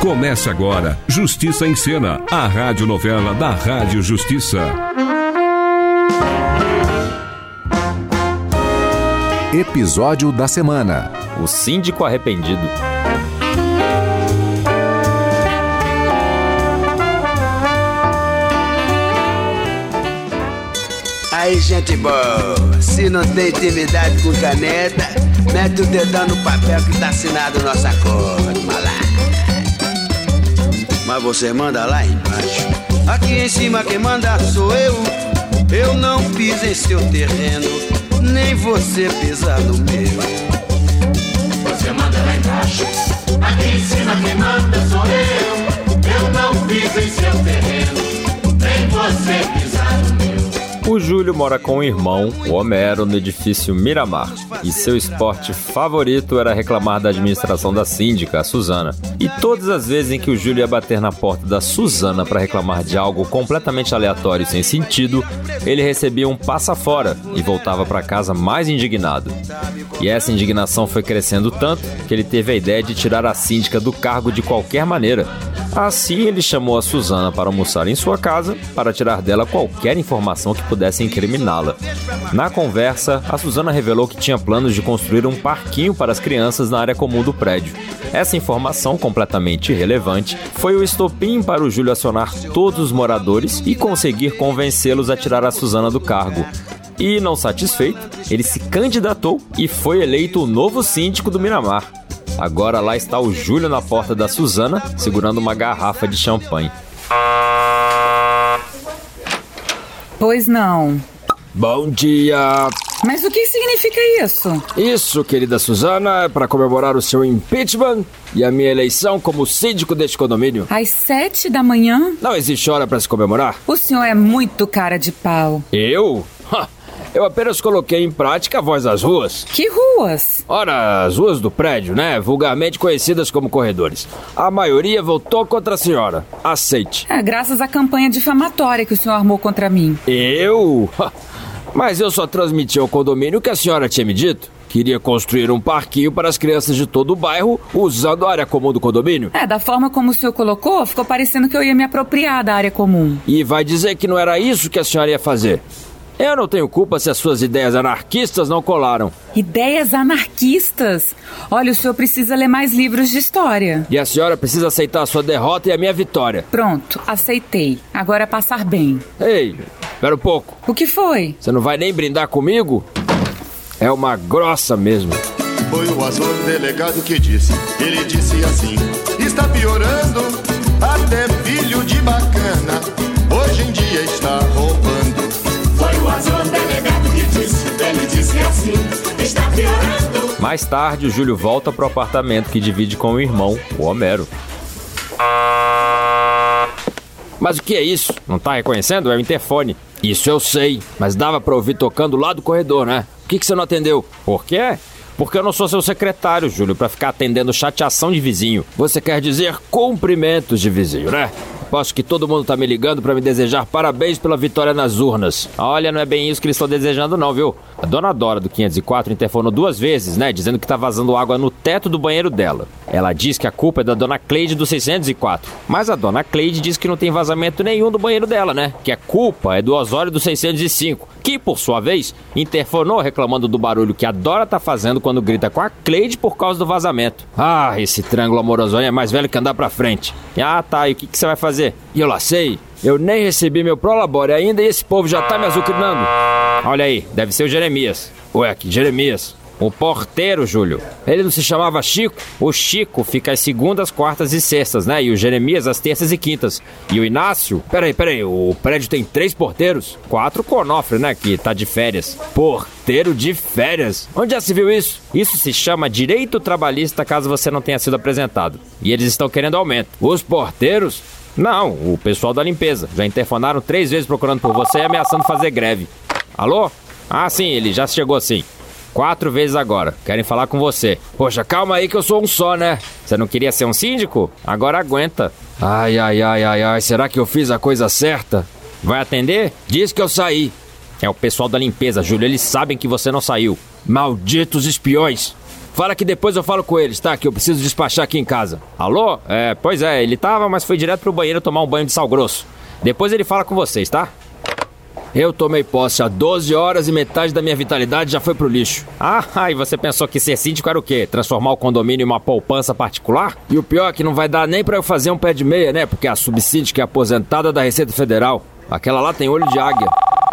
Começa agora Justiça em Cena, a radionovela da Rádio Justiça. Episódio da semana. O síndico arrependido. Aí, gente boa, se não tem intimidade com caneta, mete o dedão no papel que tá assinado nosso acordo, malandro. Mas você manda lá embaixo. Aqui em cima quem manda sou eu. Eu não piso em seu terreno, nem você pisa no meu. Você manda lá embaixo. Aqui em cima quem manda sou eu. Eu não piso em seu terreno, nem você pisar no meu. O Júlio mora com o irmão, o Homero, no edifício Miramar. E seu esporte favorito era reclamar da administração da síndica, a Suzana. E todas as vezes em que o Júlio ia bater na porta da Suzana para reclamar de algo completamente aleatório e sem sentido, ele recebia um passa fora e voltava para casa mais indignado. E essa indignação foi crescendo tanto que ele teve a ideia de tirar a síndica do cargo de qualquer maneira. Assim, ele chamou a Suzana para almoçar em sua casa para tirar dela qualquer informação que pudesse incriminá-la. Na conversa, a Suzana revelou que tinha planos de construir um parquinho para as crianças na área comum do prédio. Essa informação, completamente irrelevante, foi o estopim para o Júlio acionar todos os moradores e conseguir convencê-los a tirar a Suzana do cargo. E, não satisfeito, ele se candidatou e foi eleito o novo síndico do Miramar. Agora lá está o Júlio na porta da Suzana, segurando uma garrafa de champanhe. Pois não. Bom dia! Mas o que significa isso? Isso, querida Suzana, é para comemorar o seu impeachment e a minha eleição como síndico deste condomínio. Às sete da manhã? Não existe hora para se comemorar. O senhor é muito cara de pau. Eu? Ha, eu apenas coloquei em prática a voz das ruas. Que ruas? Ora, as ruas do prédio, né? Vulgarmente conhecidas como corredores. A maioria votou contra a senhora. Aceite. É graças à campanha difamatória que o senhor armou contra mim. Eu? Ha! Mas eu só transmiti ao condomínio o que a senhora tinha me dito. Queria construir um parquinho para as crianças de todo o bairro usando a área comum do condomínio. É, da forma como o senhor colocou, ficou parecendo que eu ia me apropriar da área comum. E vai dizer que não era isso que a senhora ia fazer. Eu não tenho culpa se as suas ideias anarquistas não colaram. Ideias anarquistas? Olha, o senhor precisa ler mais livros de história. E a senhora precisa aceitar a sua derrota e a minha vitória. Pronto, aceitei. Agora é passar bem. Ei, espera um pouco. O que foi? Você não vai nem brindar comigo? É uma grossa mesmo. Foi o azul delegado que disse. Ele disse assim: está piorando, até filho de bacana. Hoje em dia está roubando. Foi o azul delegado que disse, ele disse assim, está piorando. Mais tarde, o Júlio volta pro apartamento que divide com o irmão, o Homero. Mas o que é isso? Não tá reconhecendo? É o interfone. Isso eu sei, mas dava pra ouvir tocando lá do corredor, né? Por que, que você não atendeu? Por quê? Porque eu não sou seu secretário, Júlio, pra ficar atendendo chateação de vizinho. Você quer dizer cumprimentos de vizinho, né? Posso que todo mundo tá me ligando pra me desejar parabéns pela vitória nas urnas. Olha, não é bem isso que eles estão desejando não, viu? A dona Dora do 504 interfonou duas vezes, né, dizendo que tá vazando água no teto do banheiro dela. Ela diz que a culpa é da dona Cleide do 604, mas a dona Cleide diz que não tem vazamento nenhum do banheiro dela, né? Que a culpa é do Osório do 605, que por sua vez interfonou reclamando do barulho que a Dora tá fazendo quando grita com a Cleide por causa do vazamento. Ah, esse triângulo amorosonho é mais velho que andar pra frente. Ah, tá, e o que, que você vai fazer? E eu lá sei, eu nem recebi meu prolabore ainda e esse povo já tá me azucrinando. Olha aí, deve ser o Jeremias. Ué, que Jeremias? O porteiro, Júlio. Ele não se chamava Chico? O Chico fica às segundas, quartas e sextas, né? E o Jeremias às terças e quintas. E o Inácio? Peraí, peraí, o prédio tem três porteiros? Quatro conofre, né? Que tá de férias. Porteiro de férias? Onde já se viu isso? Isso se chama direito trabalhista caso você não tenha sido apresentado. E eles estão querendo aumento. Os porteiros? Não, o pessoal da limpeza. Já interfonaram três vezes procurando por você e ameaçando fazer greve. Alô? Ah, sim, ele já chegou sim. Quatro vezes agora. Querem falar com você. Poxa, calma aí que eu sou um só, né? Você não queria ser um síndico? Agora aguenta. Ai, ai, ai, ai, ai. Será que eu fiz a coisa certa? Vai atender? Diz que eu saí. É o pessoal da limpeza, Júlio. Eles sabem que você não saiu. Malditos espiões! Fala que depois eu falo com eles, tá? Que eu preciso despachar aqui em casa. Alô? É, pois é, ele tava, mas foi direto pro banheiro tomar um banho de sal grosso. Depois ele fala com vocês, tá? Eu tomei posse há 12 horas e metade da minha vitalidade já foi pro lixo. Ah, e você pensou que ser síndico era o quê? Transformar o condomínio em uma poupança particular? E o pior é que não vai dar nem para eu fazer um pé de meia, né? Porque a subsíndica é aposentada da Receita Federal. Aquela lá tem olho de águia.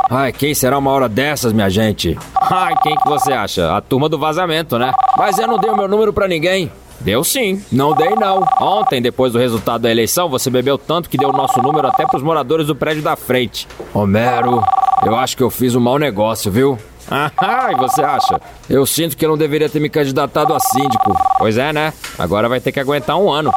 Ai, quem será uma hora dessas, minha gente? Ai, quem que você acha? A turma do vazamento, né? Mas eu não dei o meu número para ninguém. Deu sim, não dei não. Ontem, depois do resultado da eleição, você bebeu tanto que deu o nosso número até pros moradores do prédio da frente. Homero, eu acho que eu fiz um mau negócio, viu? Ah, e você acha? Eu sinto que eu não deveria ter me candidatado a síndico. Pois é, né? Agora vai ter que aguentar um ano.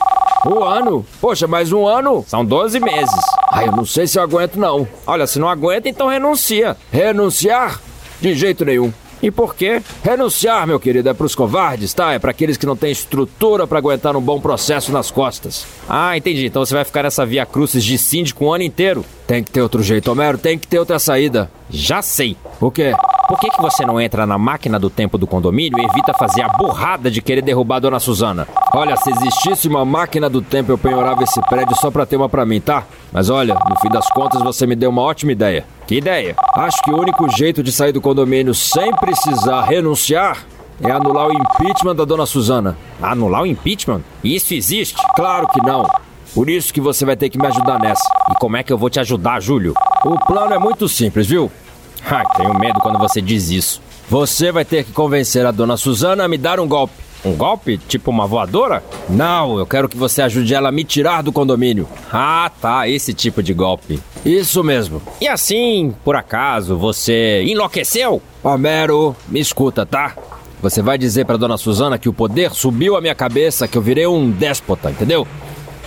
Um ano? Poxa, mais um ano? São 12 meses. Ai, eu não sei se eu aguento, não. Olha, se não aguenta, então renuncia. Renunciar? De jeito nenhum. E por quê? Renunciar, meu querido, é pros covardes, tá? É pra aqueles que não têm estrutura pra aguentar um bom processo nas costas. Ah, entendi. Então você vai ficar nessa via crucis de síndico o ano inteiro? Tem que ter outro jeito, Homero. Tem que ter outra saída. Já sei. O quê? Por que, que você não entra na máquina do tempo do condomínio e evita fazer a burrada de querer derrubar a dona Suzana? Olha, se existisse uma máquina do tempo, eu penhorava esse prédio só pra ter uma pra mim, tá? Mas olha, no fim das contas, você me deu uma ótima ideia. Que ideia? Acho que o único jeito de sair do condomínio sem precisar renunciar é anular o impeachment da dona Suzana. Anular o impeachment? Isso existe? Claro que não. Por isso que você vai ter que me ajudar nessa. E como é que eu vou te ajudar, Júlio? O plano é muito simples, viu? Ai, Ah, tenho medo quando você diz isso. Você vai ter que convencer a dona Suzana a me dar um golpe. Um golpe? Tipo uma voadora? Não, eu quero que você ajude ela a me tirar do condomínio. Ah, tá, esse tipo de golpe. Isso mesmo. E assim, por acaso, você enlouqueceu? Homero, me escuta, tá? Você vai dizer pra dona Suzana que o poder subiu à minha cabeça, que eu virei um déspota, entendeu?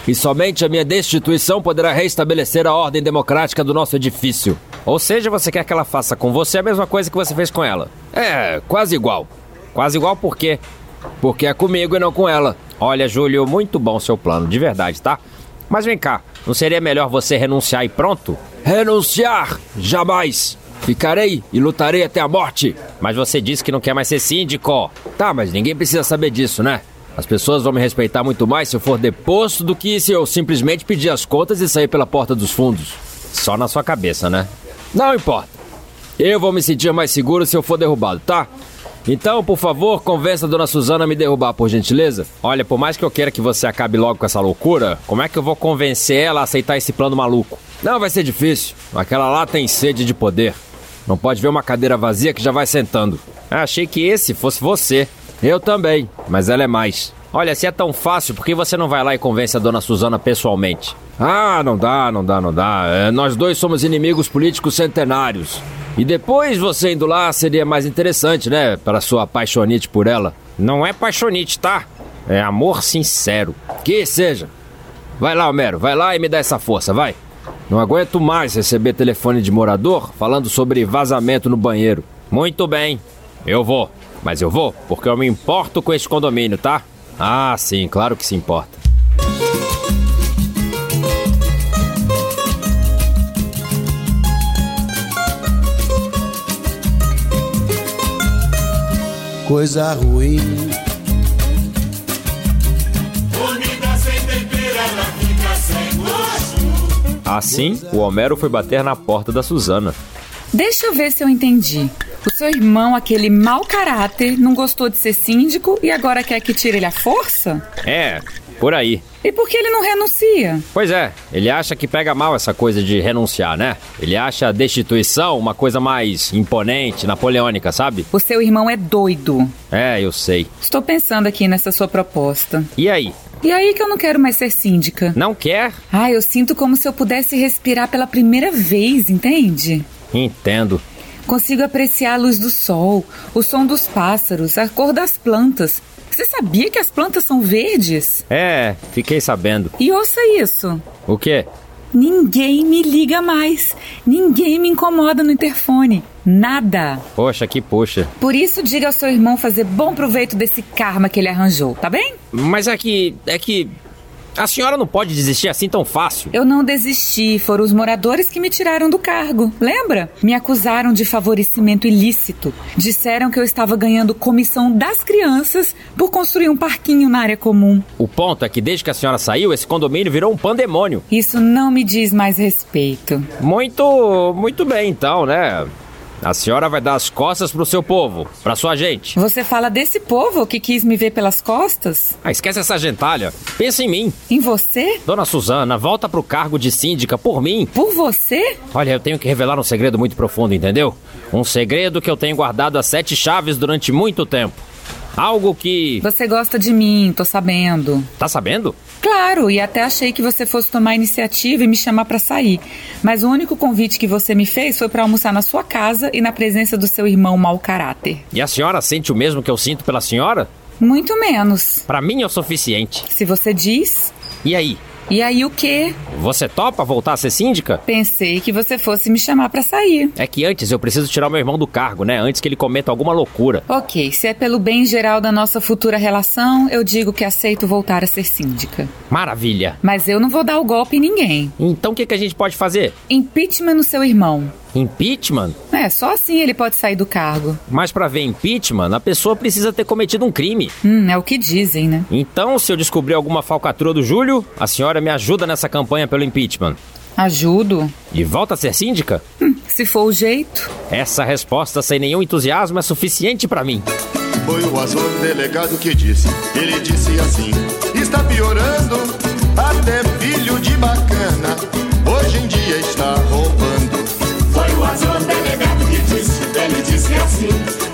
e somente a minha destituição poderá restabelecer a ordem democrática do nosso edifício. Ou seja, você quer que ela faça com você a mesma coisa que você fez com ela. É, quase igual. Quase igual por quê? Porque é comigo e não com ela. Olha, Júlio, muito bom seu plano, de verdade, tá? Mas vem cá, não seria melhor você renunciar e pronto? Renunciar! Jamais! Ficarei e lutarei até a morte! Mas você disse que não quer mais ser síndico. Tá, mas ninguém precisa saber disso, né? As pessoas vão me respeitar muito mais se eu for deposto do que se eu simplesmente pedir as contas e sair pela porta dos fundos. Só na sua cabeça, né? Não importa. Eu vou me sentir mais seguro se eu for derrubado, tá? Então, por favor, convença a dona Suzana a me derrubar, por gentileza. Olha, por mais que eu queira que você acabe logo com essa loucura, como é que eu vou convencer ela a aceitar esse plano maluco? Não vai ser difícil. Aquela lá tem sede de poder. Não pode ver uma cadeira vazia que já vai sentando. Ah, Achei que esse fosse você. Eu também, mas ela é mais. Olha, se é tão fácil, por que você não vai lá e convence a dona Suzana pessoalmente? Ah, não dá, não dá, não dá. É, nós dois somos inimigos políticos centenários. E depois você indo lá seria mais interessante, né? Para sua paixonite por ela. Não é paixonite, tá? É amor sincero. Que seja. Vai lá, Homero, vai lá e me dá essa força, vai. Não aguento mais receber telefone de morador falando sobre vazamento no banheiro. Muito bem, eu vou. Mas eu vou, porque eu me importo com esse condomínio, tá? Ah, sim, claro que se importa. Coisa ruim, Comida sem tempero, ela fica sem gosto. Assim, o Homero foi bater na porta da Suzana. Deixa eu ver se eu entendi. O seu irmão, aquele mau caráter, não gostou de ser síndico e agora quer que tire ele à força? É, por aí. E por que ele não renuncia? Pois é, ele acha que pega mal essa coisa de renunciar, né? Ele acha a destituição uma coisa mais imponente, napoleônica, sabe? O seu irmão é doido. É, eu sei. Estou pensando aqui nessa sua proposta. E aí? E aí que eu não quero mais ser síndica. Não quer? Ah, eu sinto como se eu pudesse respirar pela primeira vez, entende? Entendo. Consigo apreciar a luz do sol, o som dos pássaros, a cor das plantas. Você sabia que as plantas são verdes? É, fiquei sabendo. E ouça isso. O quê? Ninguém me liga mais. Ninguém me incomoda no interfone. Nada. Poxa, que poxa. Por isso, diga ao seu irmão fazer bom proveito desse karma que ele arranjou, tá bem? Mas é que. é que. A senhora não pode desistir assim tão fácil. Eu não desisti, foram os moradores que me tiraram do cargo. Lembra? Me acusaram de favorecimento ilícito. Disseram que eu estava ganhando comissão das crianças por construir um parquinho na área comum. O ponto é que desde que a senhora saiu, esse condomínio virou um pandemônio. Isso não me diz mais respeito. Muito. muito bem então, né? A senhora vai dar as costas pro seu povo, pra sua gente. Você fala desse povo que quis me ver pelas costas? Ah, esquece essa gentalha. Pensa em mim. Em você? Dona Suzana, volta pro cargo de síndica por mim. Por você? Olha, eu tenho que revelar um segredo muito profundo, entendeu? Um segredo que eu tenho guardado a sete chaves durante muito tempo. Algo que. Você gosta de mim, tô sabendo. Tá sabendo? Claro, e até achei que você fosse tomar iniciativa e me chamar para sair. Mas o único convite que você me fez foi para almoçar na sua casa e na presença do seu irmão mau caráter. E a senhora sente o mesmo que eu sinto pela senhora? Muito menos. Pra mim é o suficiente. Se você diz. E aí? E aí o quê? Você topa voltar a ser síndica? Pensei que você fosse me chamar para sair. É que antes eu preciso tirar o meu irmão do cargo, né? Antes que ele cometa alguma loucura. Ok, se é pelo bem geral da nossa futura relação, eu digo que aceito voltar a ser síndica. Maravilha. Mas eu não vou dar o golpe em ninguém. Então o que, que a gente pode fazer? Impeachment no seu irmão. Impeachment? É, só assim ele pode sair do cargo. Mas pra ver impeachment, a pessoa precisa ter cometido um crime. Hum, é o que dizem, né? Então, se eu descobrir alguma falcatrua do Júlio, a senhora me ajuda nessa campanha pelo impeachment. Ajudo. E volta a ser síndica? Hum, se for o jeito. Essa resposta sem nenhum entusiasmo é suficiente pra mim. Foi o azul delegado que disse, ele disse assim: está piorando, até filho de bacana, hoje em dia está roubando. Foi o azul delegado que disse, ele disse assim,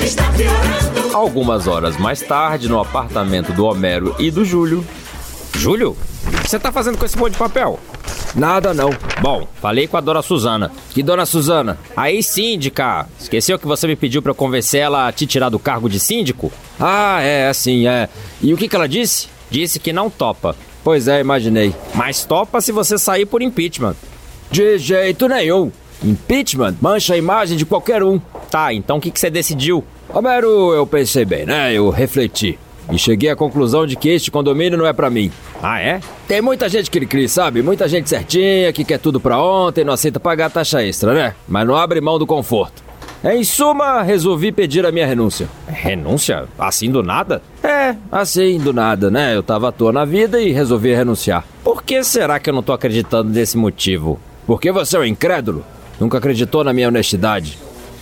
está piorando. Algumas horas mais tarde, no apartamento do Homero e do Júlio. Júlio, o que você tá fazendo com esse monte de papel? Nada não. Bom, falei com a dona Suzana. Que dona Suzana? Aí síndica! Esqueceu que você me pediu pra eu convencer ela a te tirar do cargo de síndico? Ah, é, assim, é. E o que que ela disse? Disse que não topa. Pois é, imaginei. Mas topa se você sair por impeachment. De jeito nenhum. Impeachment mancha a imagem de qualquer um. Tá, então o que, que você decidiu? Homero, eu pensei bem, né? Eu refleti. E cheguei à conclusão de que este condomínio não é pra mim. Ah, é? Tem muita gente que ele cria, sabe? Muita gente certinha, que quer tudo pra ontem, não aceita pagar taxa extra, né? Mas não abre mão do conforto. Em suma, resolvi pedir a minha renúncia. Renúncia? Assim do nada? É, assim do nada, né? Eu tava à toa na vida e resolvi renunciar. Por que será que eu não tô acreditando nesse motivo? Porque você é um incrédulo? Nunca acreditou na minha honestidade.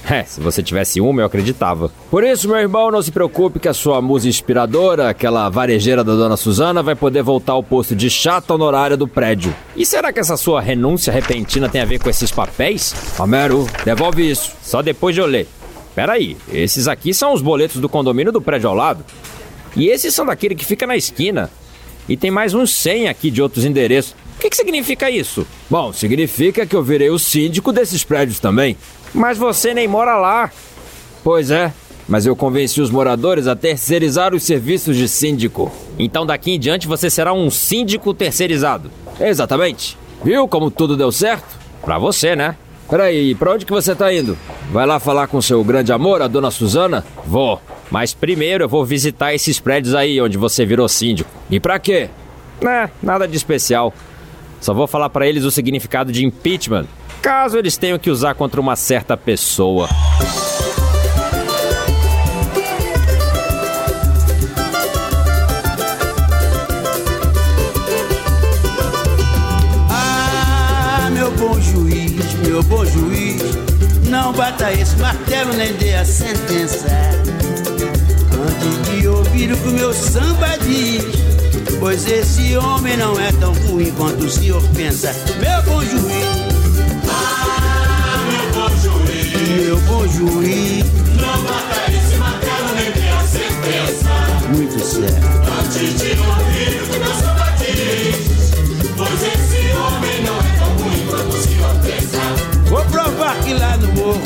É, se você tivesse uma, eu acreditava. Por isso, meu irmão, não se preocupe que a sua musa inspiradora, aquela varejeira da dona Suzana, vai poder voltar ao posto de chata honorária do prédio. E será que essa sua renúncia repentina tem a ver com esses papéis? Homero, devolve isso, só depois de eu ler. Peraí, esses aqui são os boletos do condomínio do prédio ao lado. E esses são daquele que fica na esquina. E tem mais uns 100 aqui de outros endereços. O que, que significa isso? Bom, significa que eu virei o síndico desses prédios também. Mas você nem mora lá. Pois é, mas eu convenci os moradores a terceirizar os serviços de síndico. Então daqui em diante você será um síndico terceirizado. Exatamente. Viu como tudo deu certo? Pra você, né? Peraí, pra onde que você tá indo? Vai lá falar com seu grande amor, a dona Suzana? Vou. Mas primeiro eu vou visitar esses prédios aí onde você virou síndico. E pra quê? É, nada de especial. Só vou falar pra eles o significado de impeachment caso eles tenham que usar contra uma certa pessoa. Ah, meu bom juiz, meu bom juiz, não bata esse martelo nem dê a sentença. Antes de ouvir o que o meu samba diz, pois esse homem não é tão ruim quanto o senhor pensa. Meu bom juiz. Ah, Meu bom juiz, Não mata esse martelo nem dê a sentença. muito sério. Antes de ouvir o que meu samba diz. Pois esse homem não é tão ruim quanto o senhor pensa. Vou provar que lá no morro,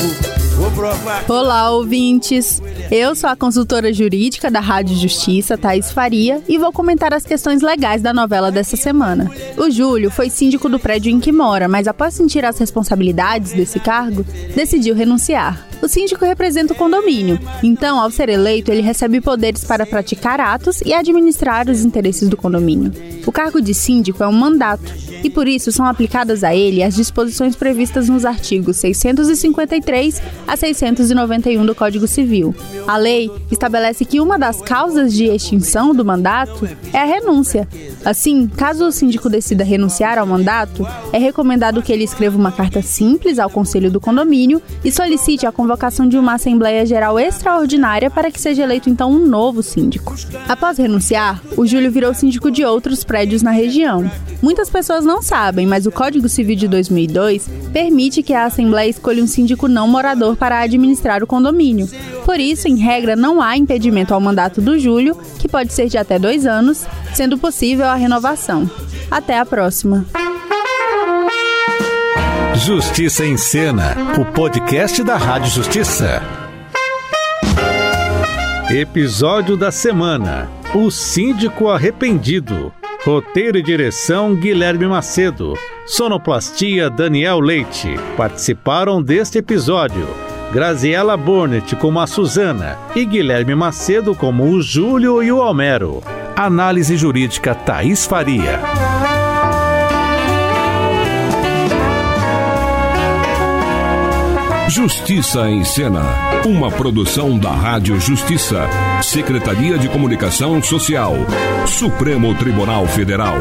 vou provar que Olá, ouvintes! Eu sou a consultora jurídica da Rádio Justiça, Thaís Faria, e vou comentar as questões legais da novela dessa semana. O Júlio foi síndico do prédio em que mora, mas após sentir as responsabilidades desse cargo, decidiu renunciar. O síndico representa o condomínio, então, ao ser eleito, ele recebe poderes para praticar atos e administrar os interesses do condomínio. O cargo de síndico é um mandato, e por isso são aplicadas a ele as disposições previstas nos artigos 653 a 691 do Código Civil. A lei estabelece que uma das causas de extinção do mandato é a renúncia. Assim, caso o síndico decida renunciar ao mandato, é recomendado que ele escreva uma carta simples ao conselho do condomínio e solicite a convocação de uma Assembleia Geral extraordinária para que seja eleito então um novo síndico. Após renunciar, o Júlio virou síndico de outros prédios na região. Muitas pessoas não sabem, mas o Código Civil de 2002 permite que a Assembleia escolha um síndico não morador para administrar o condomínio. Por isso, em regra, não há impedimento ao mandato do Júlio, que pode ser de até dois anos, sendo possível a renovação. Até a próxima. Justiça em Cena, o podcast da Rádio Justiça. Episódio da semana: O Síndico Arrependido. Roteiro e direção: Guilherme Macedo. Sonoplastia: Daniel Leite. Participaram deste episódio. Graziela Bornet como a Suzana e Guilherme Macedo como o Júlio e o Homero. Análise jurídica Thaís Faria. Justiça em Cena, uma produção da Rádio Justiça, Secretaria de Comunicação Social, Supremo Tribunal Federal.